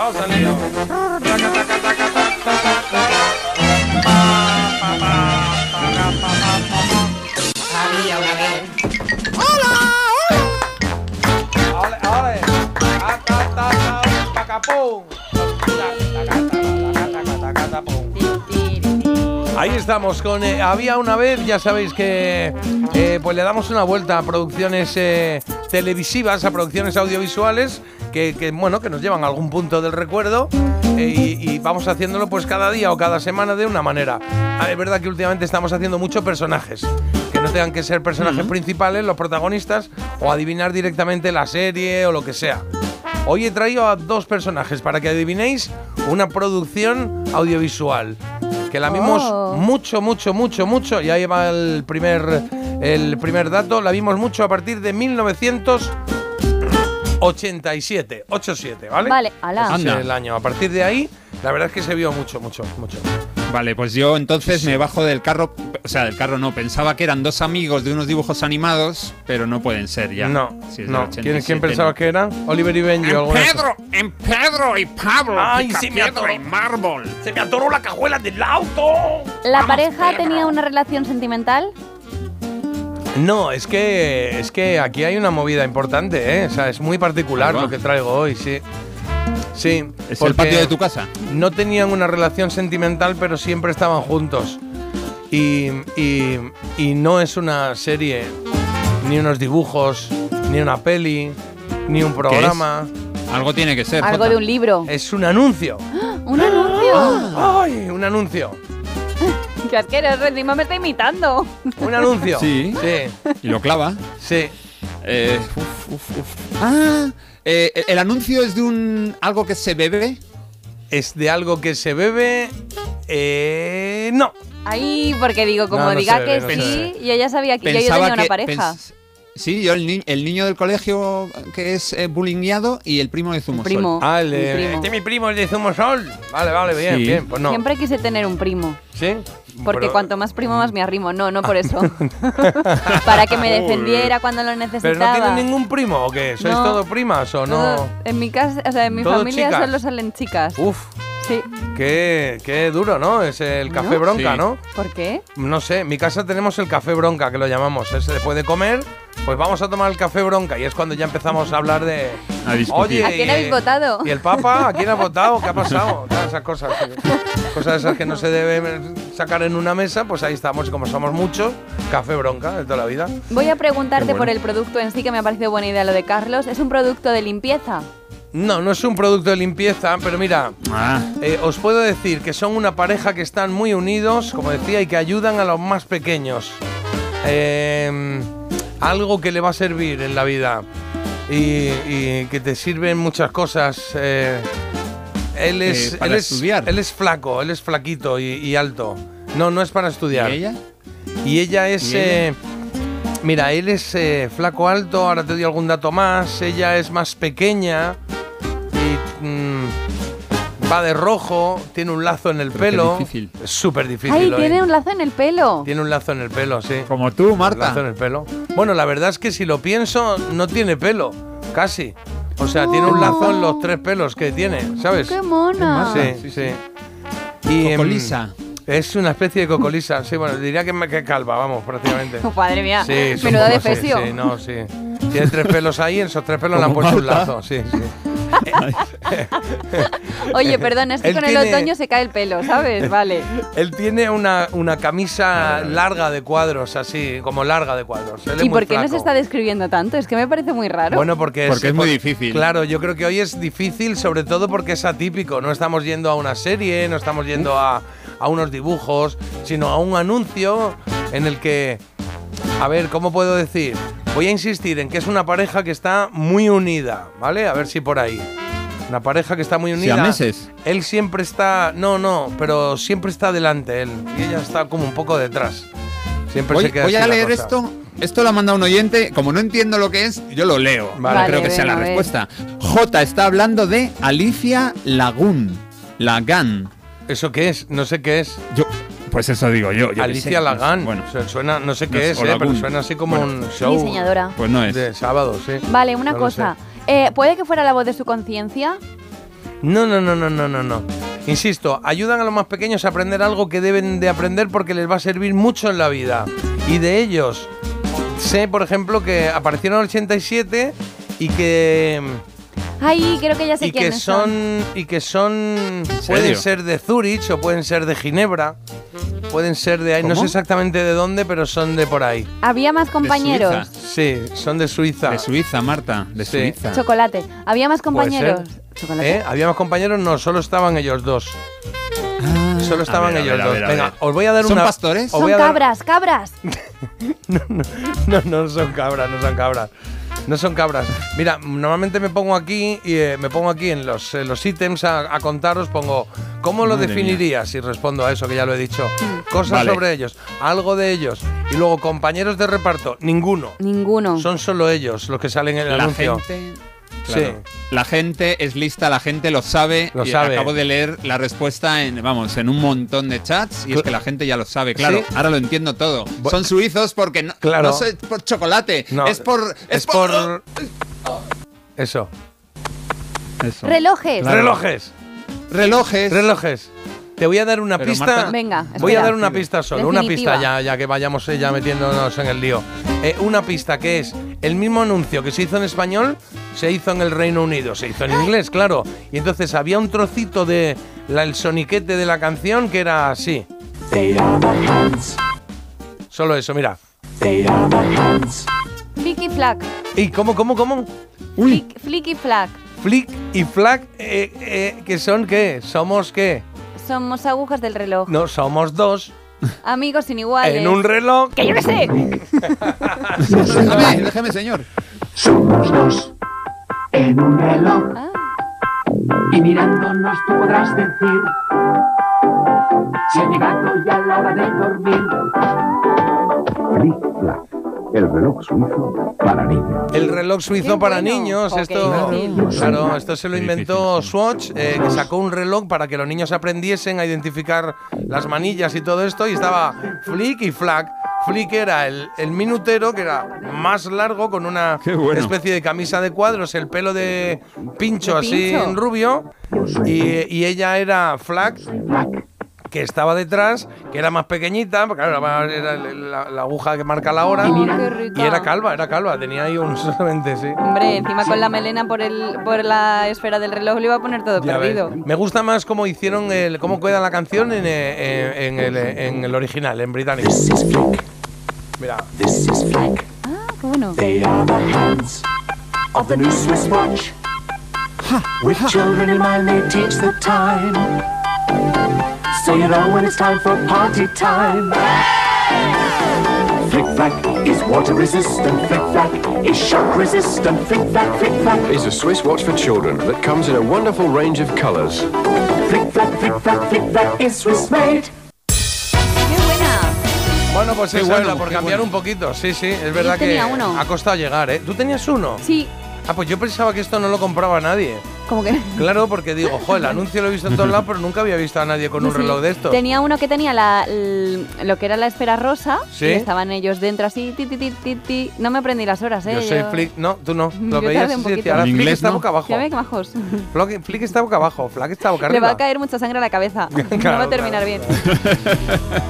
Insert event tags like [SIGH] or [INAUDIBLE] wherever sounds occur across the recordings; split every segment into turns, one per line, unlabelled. lado salió. Taca, taca, taca, taca, taca, taca. Pa, pa, pa, para, pa, pa,
Había una vez.
pa. Ole, ole. Taca, taca, taca, taca, pum. Taca, taca, taca, taca, taca, taca, pum.
Ahí estamos con eh, Había una vez, ya sabéis que eh, pues le damos una vuelta a producciones eh, televisivas, a producciones audiovisuales que, que, bueno, que nos llevan a algún punto del recuerdo eh, y, y vamos haciéndolo pues cada día o cada semana de una manera. Ah, es verdad que últimamente estamos haciendo muchos personajes que no tengan que ser personajes principales, los protagonistas o adivinar directamente la serie o lo que sea. Hoy he traído a dos personajes para que adivinéis una producción audiovisual que la vimos
Oh.
mucho, mucho, mucho, mucho. Y ahí va el primer, el primer dato. La vimos mucho a partir de 1987. 87, ¿vale?
Vale, ala.
Ese es
Anda.
el año. A partir de ahí, la verdad es que se vio mucho, mucho, mucho.
Vale, pues yo entonces me bajo del carro. O sea, del carro no. Pensaba que eran dos amigos de unos dibujos animados, pero no pueden ser ya.
No,
Si es del
no. ¿Quién,
87,
quién pensabas
no.
que era? Oliver y Benji. o
¡En
alguna de esas.
Pedro! ¡En Pedro y Pablo!
Ay,
pica
sí, me
Pedro
atoró.
y Marble!
¡Se me atoró la cajuela del auto!
¿La
Vamos,
pareja
Pedro.
tenía una relación sentimental?
No, es que, es que aquí hay una movida importante, ¿eh? O sea, es muy particular
Ahí va.
lo que traigo hoy, sí. Sí.
¿Es el
porque-
patio de tu casa?
no tenían una relación sentimental, pero siempre estaban juntos. Y, y- y no es una serie, ni unos dibujos, ni una peli, ni un programa.
Algo tiene que ser.
Algo
Jota.
de un libro.
Es? un anuncio.
¿Un
Ah.
anuncio?
¡Ay! Un anuncio.
¡Qué asqueroso! Encima me está imitando.
Un anuncio.
[LAUGHS] Sí.
Sí.
Y lo clava.
sí.
Eh, uf, uf, uf. Ah, eh, el anuncio es de un algo que se bebe.
Es de algo que se bebe. Eh, no.
Ay, porque digo, como
No, no
diga
se
que
ve, no se
sí, yo ya sabía que yo, yo tenía una pareja.
pens- sí, yo el, ni- el niño del colegio que es eh, bullyingado y el primo de Zumosol.
primo.
Ah, el
mi
de-
primo.
Este es mi primo, el de Zumo Sol. Vale, vale, bien,
Sí.
bien. Pues no.
Siempre quise tener un primo.
Sí.
Porque
Pero-
cuanto más primo, más me arrimo. No, no
[LAUGHS]
por eso. Para que me defendiera cuando lo necesitaba.
¿Pero no tienen ningún primo o qué? ¿Sois
No.
todo primas o
Todo-
no?
En mi casa, o sea, en mi
Todo
familia
chicas.
solo salen chicas.
Uf,
Sí.
qué, qué duro, ¿no? Es el café
¿No?
bronca,
Sí.
¿no?
¿Por qué?
No sé, en mi casa tenemos el café bronca, que lo llamamos. Ese después de comer, pues vamos a tomar el café bronca. Y es cuando ya empezamos a hablar de.
A discutir.
¿A quién
y-
habéis votado?
eh, ¿Y el Papa? ¿A quién ha votado? ¿Qué ha pasado? Todas esas cosas. sí. Cosas esas que no se deben sacar en una mesa, pues ahí estamos. Y como somos muchos, café bronca de toda la vida.
Voy a preguntarte
Qué bueno.
por el producto en sí, que me ha parecido buena idea lo de Carlos. Es un producto de limpieza.
No, no es un producto de limpieza, pero mira,
Ah,
Eh, os puedo decir que son una pareja que están muy unidos, como decía, y que ayudan a los más pequeños. Eh, algo que le va a servir en la vida y, y que te sirven muchas cosas. eh. él, es,
Eh, para
él es-
estudiar.
él es flaco, él es flaquito y, y alto. No, no es para
¿y
estudiar.
ella?
Y ella es.
¿Y ella?
eh, mira, él es eh, flaco alto, ahora te doy algún dato más. Ella es más pequeña y. mm, va de rojo, tiene un lazo en el
Pero qué
pelo.
difícil.
Es súper difícil.
¡Ay,
oye.
tiene un lazo en el pelo!
Tiene un lazo en el pelo, sí.
Como tú,
Un lazo en
Marta.
el pelo. Bueno, la verdad es que si lo pienso, no tiene pelo, casi. O sea, tiene un
No.
lazo en los tres pelos que tiene, ¿sabes?
¡Qué mona!
Sí, sí.
Sí, sí.
Y, em,
Cocolisa.
es una especie de cocolisa, sí, bueno, diría que, me- que calva, vamos,
[LAUGHS]
prácticamente.
Oh, [LAUGHS] Madre mía,
Sí, es un
menuda
poco así,
defesio.
Sí, no, sí. Tiene tres pelos ahí, en esos tres pelos le han
Como
puesto un
Marta.
lazo, sí, sí.
[LAUGHS] Oye, perdón, es
[LAUGHS]
que
Él
con el
tiene-
otoño se cae el pelo,
[LAUGHS]
¿sabes? Vale.
Él tiene una, una camisa larga de cuadros, así, como larga de cuadros. Él es
¿Y
muy
por qué nos
flaco.
está describiendo tanto? Es que me parece muy raro.
Bueno, porque es,
Porque es muy difícil.
Claro, yo creo que hoy es difícil, sobre todo porque es atípico. No estamos yendo a una serie, no estamos yendo a, a unos dibujos, sino a un anuncio en el que, a ver, ¿cómo puedo decir? Voy a insistir en que es una pareja que está muy unida, ¿vale? A ver si por ahí. Una pareja que está muy unida.
¿Siameses?
Él siempre está, no, no, pero siempre está delante él y ella está como un poco detrás. Siempre
Voy,
pues se queda
voy
así
a
la
leer
cosa.
esto. Esto lo ha mandado un oyente. Como no entiendo lo que es, yo lo leo.
Vale.
No creo que
Vale,
sea la
venga, a ver.
respuesta. J está hablando de Alicia Lagun. Lagan.
¿Eso qué es? No sé qué es.
Yo, pues eso digo yo. yo qué sé, no
Alicia
sé.
Lagan.
Bueno,
O sea, suena, no sé
No
qué
sé,
es,
o
eh, pero
Lagun.
suena así como
Bueno.
un show
Diseñadora.
pues no es.
de sábado, sí.
Vale, una
No lo
cosa. Eh, ¿Puede que fuera la voz de su conciencia?
sé. No, no, no, no, no, no, no. Insisto, ayudan a los más pequeños a aprender algo que deben de aprender porque les va a servir mucho en la vida. Y de ellos, sé, por ejemplo, que aparecieron en el 87 y que
Ay, creo que ya sé
y que
quiénes
son y que son pueden
serio?
ser de Zurich o pueden ser de Ginebra pueden ser de ahí no
¿Cómo?
sé exactamente de dónde pero son de por ahí
Había más compañeros.
Suiza.
sí son de Suiza
De Suiza, Marta, de
Sí.
Suiza.
Chocolate. Había más compañeros.
Puede ser.
Chocolate.
¿Eh? habíamos compañeros no solo estaban ellos dos [LAUGHS]
Ah,
solo
a
estaban
ver, a
ellos
ver, a
dos
ver, a
venga
ver.
os voy a dar
¿Son
una
pastores?
os
Son
voy a dar- [LAUGHS]
cabras, cabras.
No, no son cabras, no son cabras. No son cabras. Mira, normalmente me pongo aquí y eh, me pongo aquí en los, en los ítems a, a contaros, pongo cómo lo
Madre
definirías y respondo a eso que ya lo he dicho. Cosas
Vale.
sobre ellos, algo de ellos y luego compañeros de reparto, ninguno.
Ninguno.
Son solo ellos los que salen en el
La
anuncio.
gente. claro. La gente es lista, la gente lo sabe.
Lo
y
sabe.
Acabo de leer la respuesta en, vamos, en un montón de chats y es que la gente ya lo sabe, claro.
Sí.
Ahora lo entiendo todo.
Bu-
Son suizos porque no,
Claro.
no es por chocolate,
No,
es por es,
es por eso.
Eso.
Relojes.
Claro.
Relojes,
relojes.
relojes. Te voy a dar una
Pero,
pista.
Marta-
Venga,
Voy a
espera.
dar una pista solo,
Definitiva.
una pista ya, ya que vayamos eh, ya metiéndonos en el lío. Eh, una pista que es el mismo anuncio que se hizo en español, se hizo en el Reino Unido, se hizo en inglés, claro. Y entonces había un trocito de la- el soniquete de la canción que era así.
They are the hands.
Solo eso, mira.
They are the hands.
Flicky flack.
¿Y cómo, cómo, cómo?
Flick- Flicky flack.
Flick y flag, eh, eh, que son qué? ¿Somos qué?
Somos agujas del
[LAUGHS]
reloj.
No, somos dos
Amigos sin iguales.
en un reloj.
¡Que yo qué sé!
Déjame, déjame, señor.
Somos dos en un reloj
Ah,
y mirándonos tú podrás decir si ha llegado ya la hora de dormir.
Flick-Flack, el reloj suizo para niños.
El reloj suizo
Qué
para
bueno.
niños,
Jo, qué
esto,
difícil.
claro, esto se lo
Qué
inventó
difícil,
Swatch, eh, que sacó un reloj para que los niños aprendiesen a identificar las manillas y todo esto, y estaba Flick y Flack. Flick era el, el minutero, que era más largo, con una
Qué bueno.
especie de camisa de cuadros, el pelo de pincho
De
así
pincho.
en rubio, y, y ella era Flack, que estaba detrás, que era más pequeñita, porque claro, era- era la, la aguja que marca la hora,
oh, qué rica.
y era calva, era calva, tenía ahí un [LAUGHS] solamente, sí.
Hombre, encima con la melena por, el, por la esfera del reloj le iba a poner todo
Ya ves.
perdido.
Me gusta más cómo hicieron el, cómo queda la canción en, eh, en- en el, en el original, en británico.
This is Flick.
Mira,
This is Flick.
Ah, qué bueno.
They are the hands of the new Swiss watch. With children in mind, they teach the time. So you know when it's time for party time. Flick Flack is water resistant. Flick Flack is shock resistant. Flick Flack, Flick Flack,
is a Swiss watch for children that comes in a wonderful range of colours.
Flick Flack, Flick Flack, Flick Flack is Swiss made.
¡Qué buena!
bueno, pues
Qué
esa
bueno,
era por
qué
cambiar
bueno.
un poquito. Sí, sí, es verdad que
tenía uno.
ha costado llegar, ¿eh? ¿Tú tenías uno?
Sí,
Ah, pues yo pensaba que esto no lo compraba nadie.
como que.
Claro, porque digo, jo, el anuncio lo he visto en todos lados, pero nunca había visto a nadie con un
[LAUGHS] Sí.
reloj de estos.
Tenía uno que tenía la, l- lo que era la esfera rosa.
Sí.
Y estaban ellos dentro así. Ti, ti, ti, ti, ti. No me aprendí las horas, ¿eh?
Yo soy Flick. No, tú no. Lo
Yo
veías
tardé un
y decía,
poquito.
ahora
En
Flick
inglés,
está
¿no?
boca abajo.
Ya ve qué majos.
Flack, Flick está boca abajo, Flack está boca
Le
arriba.
va a caer mucha sangre a
[LAUGHS]
la cabeza. no va
Claro,
a terminar
claro,
bien.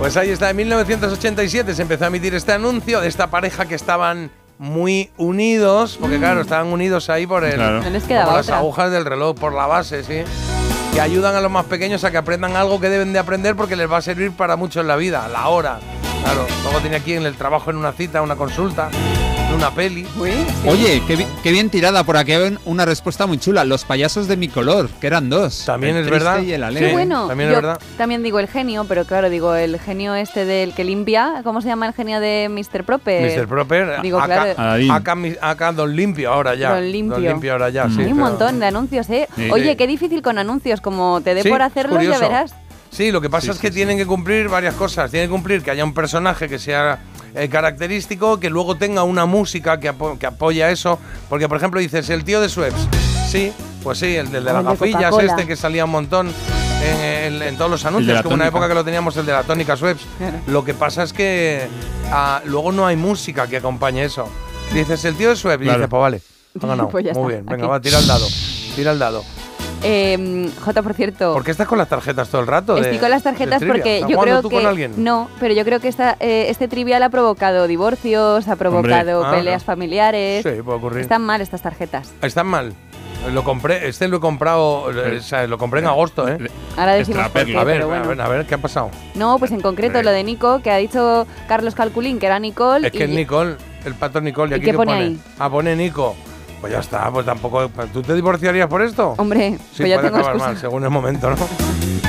Pues ahí está, en 1987 se empezó a emitir este anuncio de esta pareja que estaban muy unidos, porque claro, estaban unidos ahí por el,
Claro.
No les
por
quedaba
las
otra.
agujas del reloj, por la base, sí. Que ayudan a los más pequeños a que aprendan algo que deben de aprender porque les va a servir para mucho en la vida, la hora. Claro, luego tiene aquí en el trabajo, en una cita, una consulta, en una peli.
Oye, qué, bi- qué bien tirada. Por aquí hay una respuesta muy chula. Los payasos de mi color, que eran dos.
También
El
es
triste
verdad.
y el alegre.
Qué bueno.
también es
Yo
verdad.
también digo el genio, pero claro, digo el genio este del que limpia. ¿Cómo se llama el genio de Mr. Proper?
Mr. Proper,
Eh, digo,
acá,
claro.
Aladín. Mm.
acá mi- acá Don Limpio ahora ya.
Don Limpio.
ahora ya, sí.
Hay un
pero-
montón de anuncios, ¿eh?
Sí.
Oye, qué difícil con anuncios. Como te dé
Sí,
por
es
hacerlos, ya
curioso.
verás.
Sí, lo que pasa
Sí,
es
sí,
que
sí.
tienen que cumplir varias cosas. Tienen que cumplir que haya un personaje que sea eh, característico, que luego tenga una música que, apo- que apoya eso. Porque, por ejemplo, dices, el tío de Sueps. Sí, pues sí, el del de
O
las
el de
gafillas,
Coca-Cola.
este que salía un montón en, en- en todos los
de
anuncios,
la
que hubo una
tónica.
época que lo teníamos el de la tónica Sueps. Lo que pasa es que ah, luego no hay música que acompañe eso. Dices, el tío de Sueps, y
Claro.
dices, pues vale, ha ganado.
[LAUGHS] Pues ya
Muy
está,
bien, venga,
aquí.
va, tira el dado. Tira el dado.
Eh, J, por cierto.
¿Por qué estás con las tarjetas todo el rato? de-
Estoy con las
de
tarjetas
trivia?
porque
¿Estás
yo
jugando
creo
tú
que
con alguien?
no, pero yo creo que esta, eh, este trivial ha provocado divorcios, ha provocado
ah,
peleas
no.
familiares.
Sí, puede ocurrir.
Están mal estas tarjetas.
Están mal. Lo compré, este lo he comprado, eh, o sea, lo compré en agosto, ¿eh?
Ahora decimos por
Extraperlo.
qué,
A ver,
pero bueno.
a ver, a ver, ¿qué ha
[LAUGHS]
pasado?
No, pues en concreto lo de Nico, que ha dicho Carlos Calculín que era Nicole.
Es que es
y-
Nicole, el pato Nicole. ¿Y,
¿Y
aquí
qué pone ahí?
Ah, pone Nico. Pues ya está, pues tampoco. ¿Tú te divorciarías por esto?
Hombre,
Sí,
pues ya
puede
tengo
acabar
excusa. [LAUGHS]
mal, según el momento, ¿no?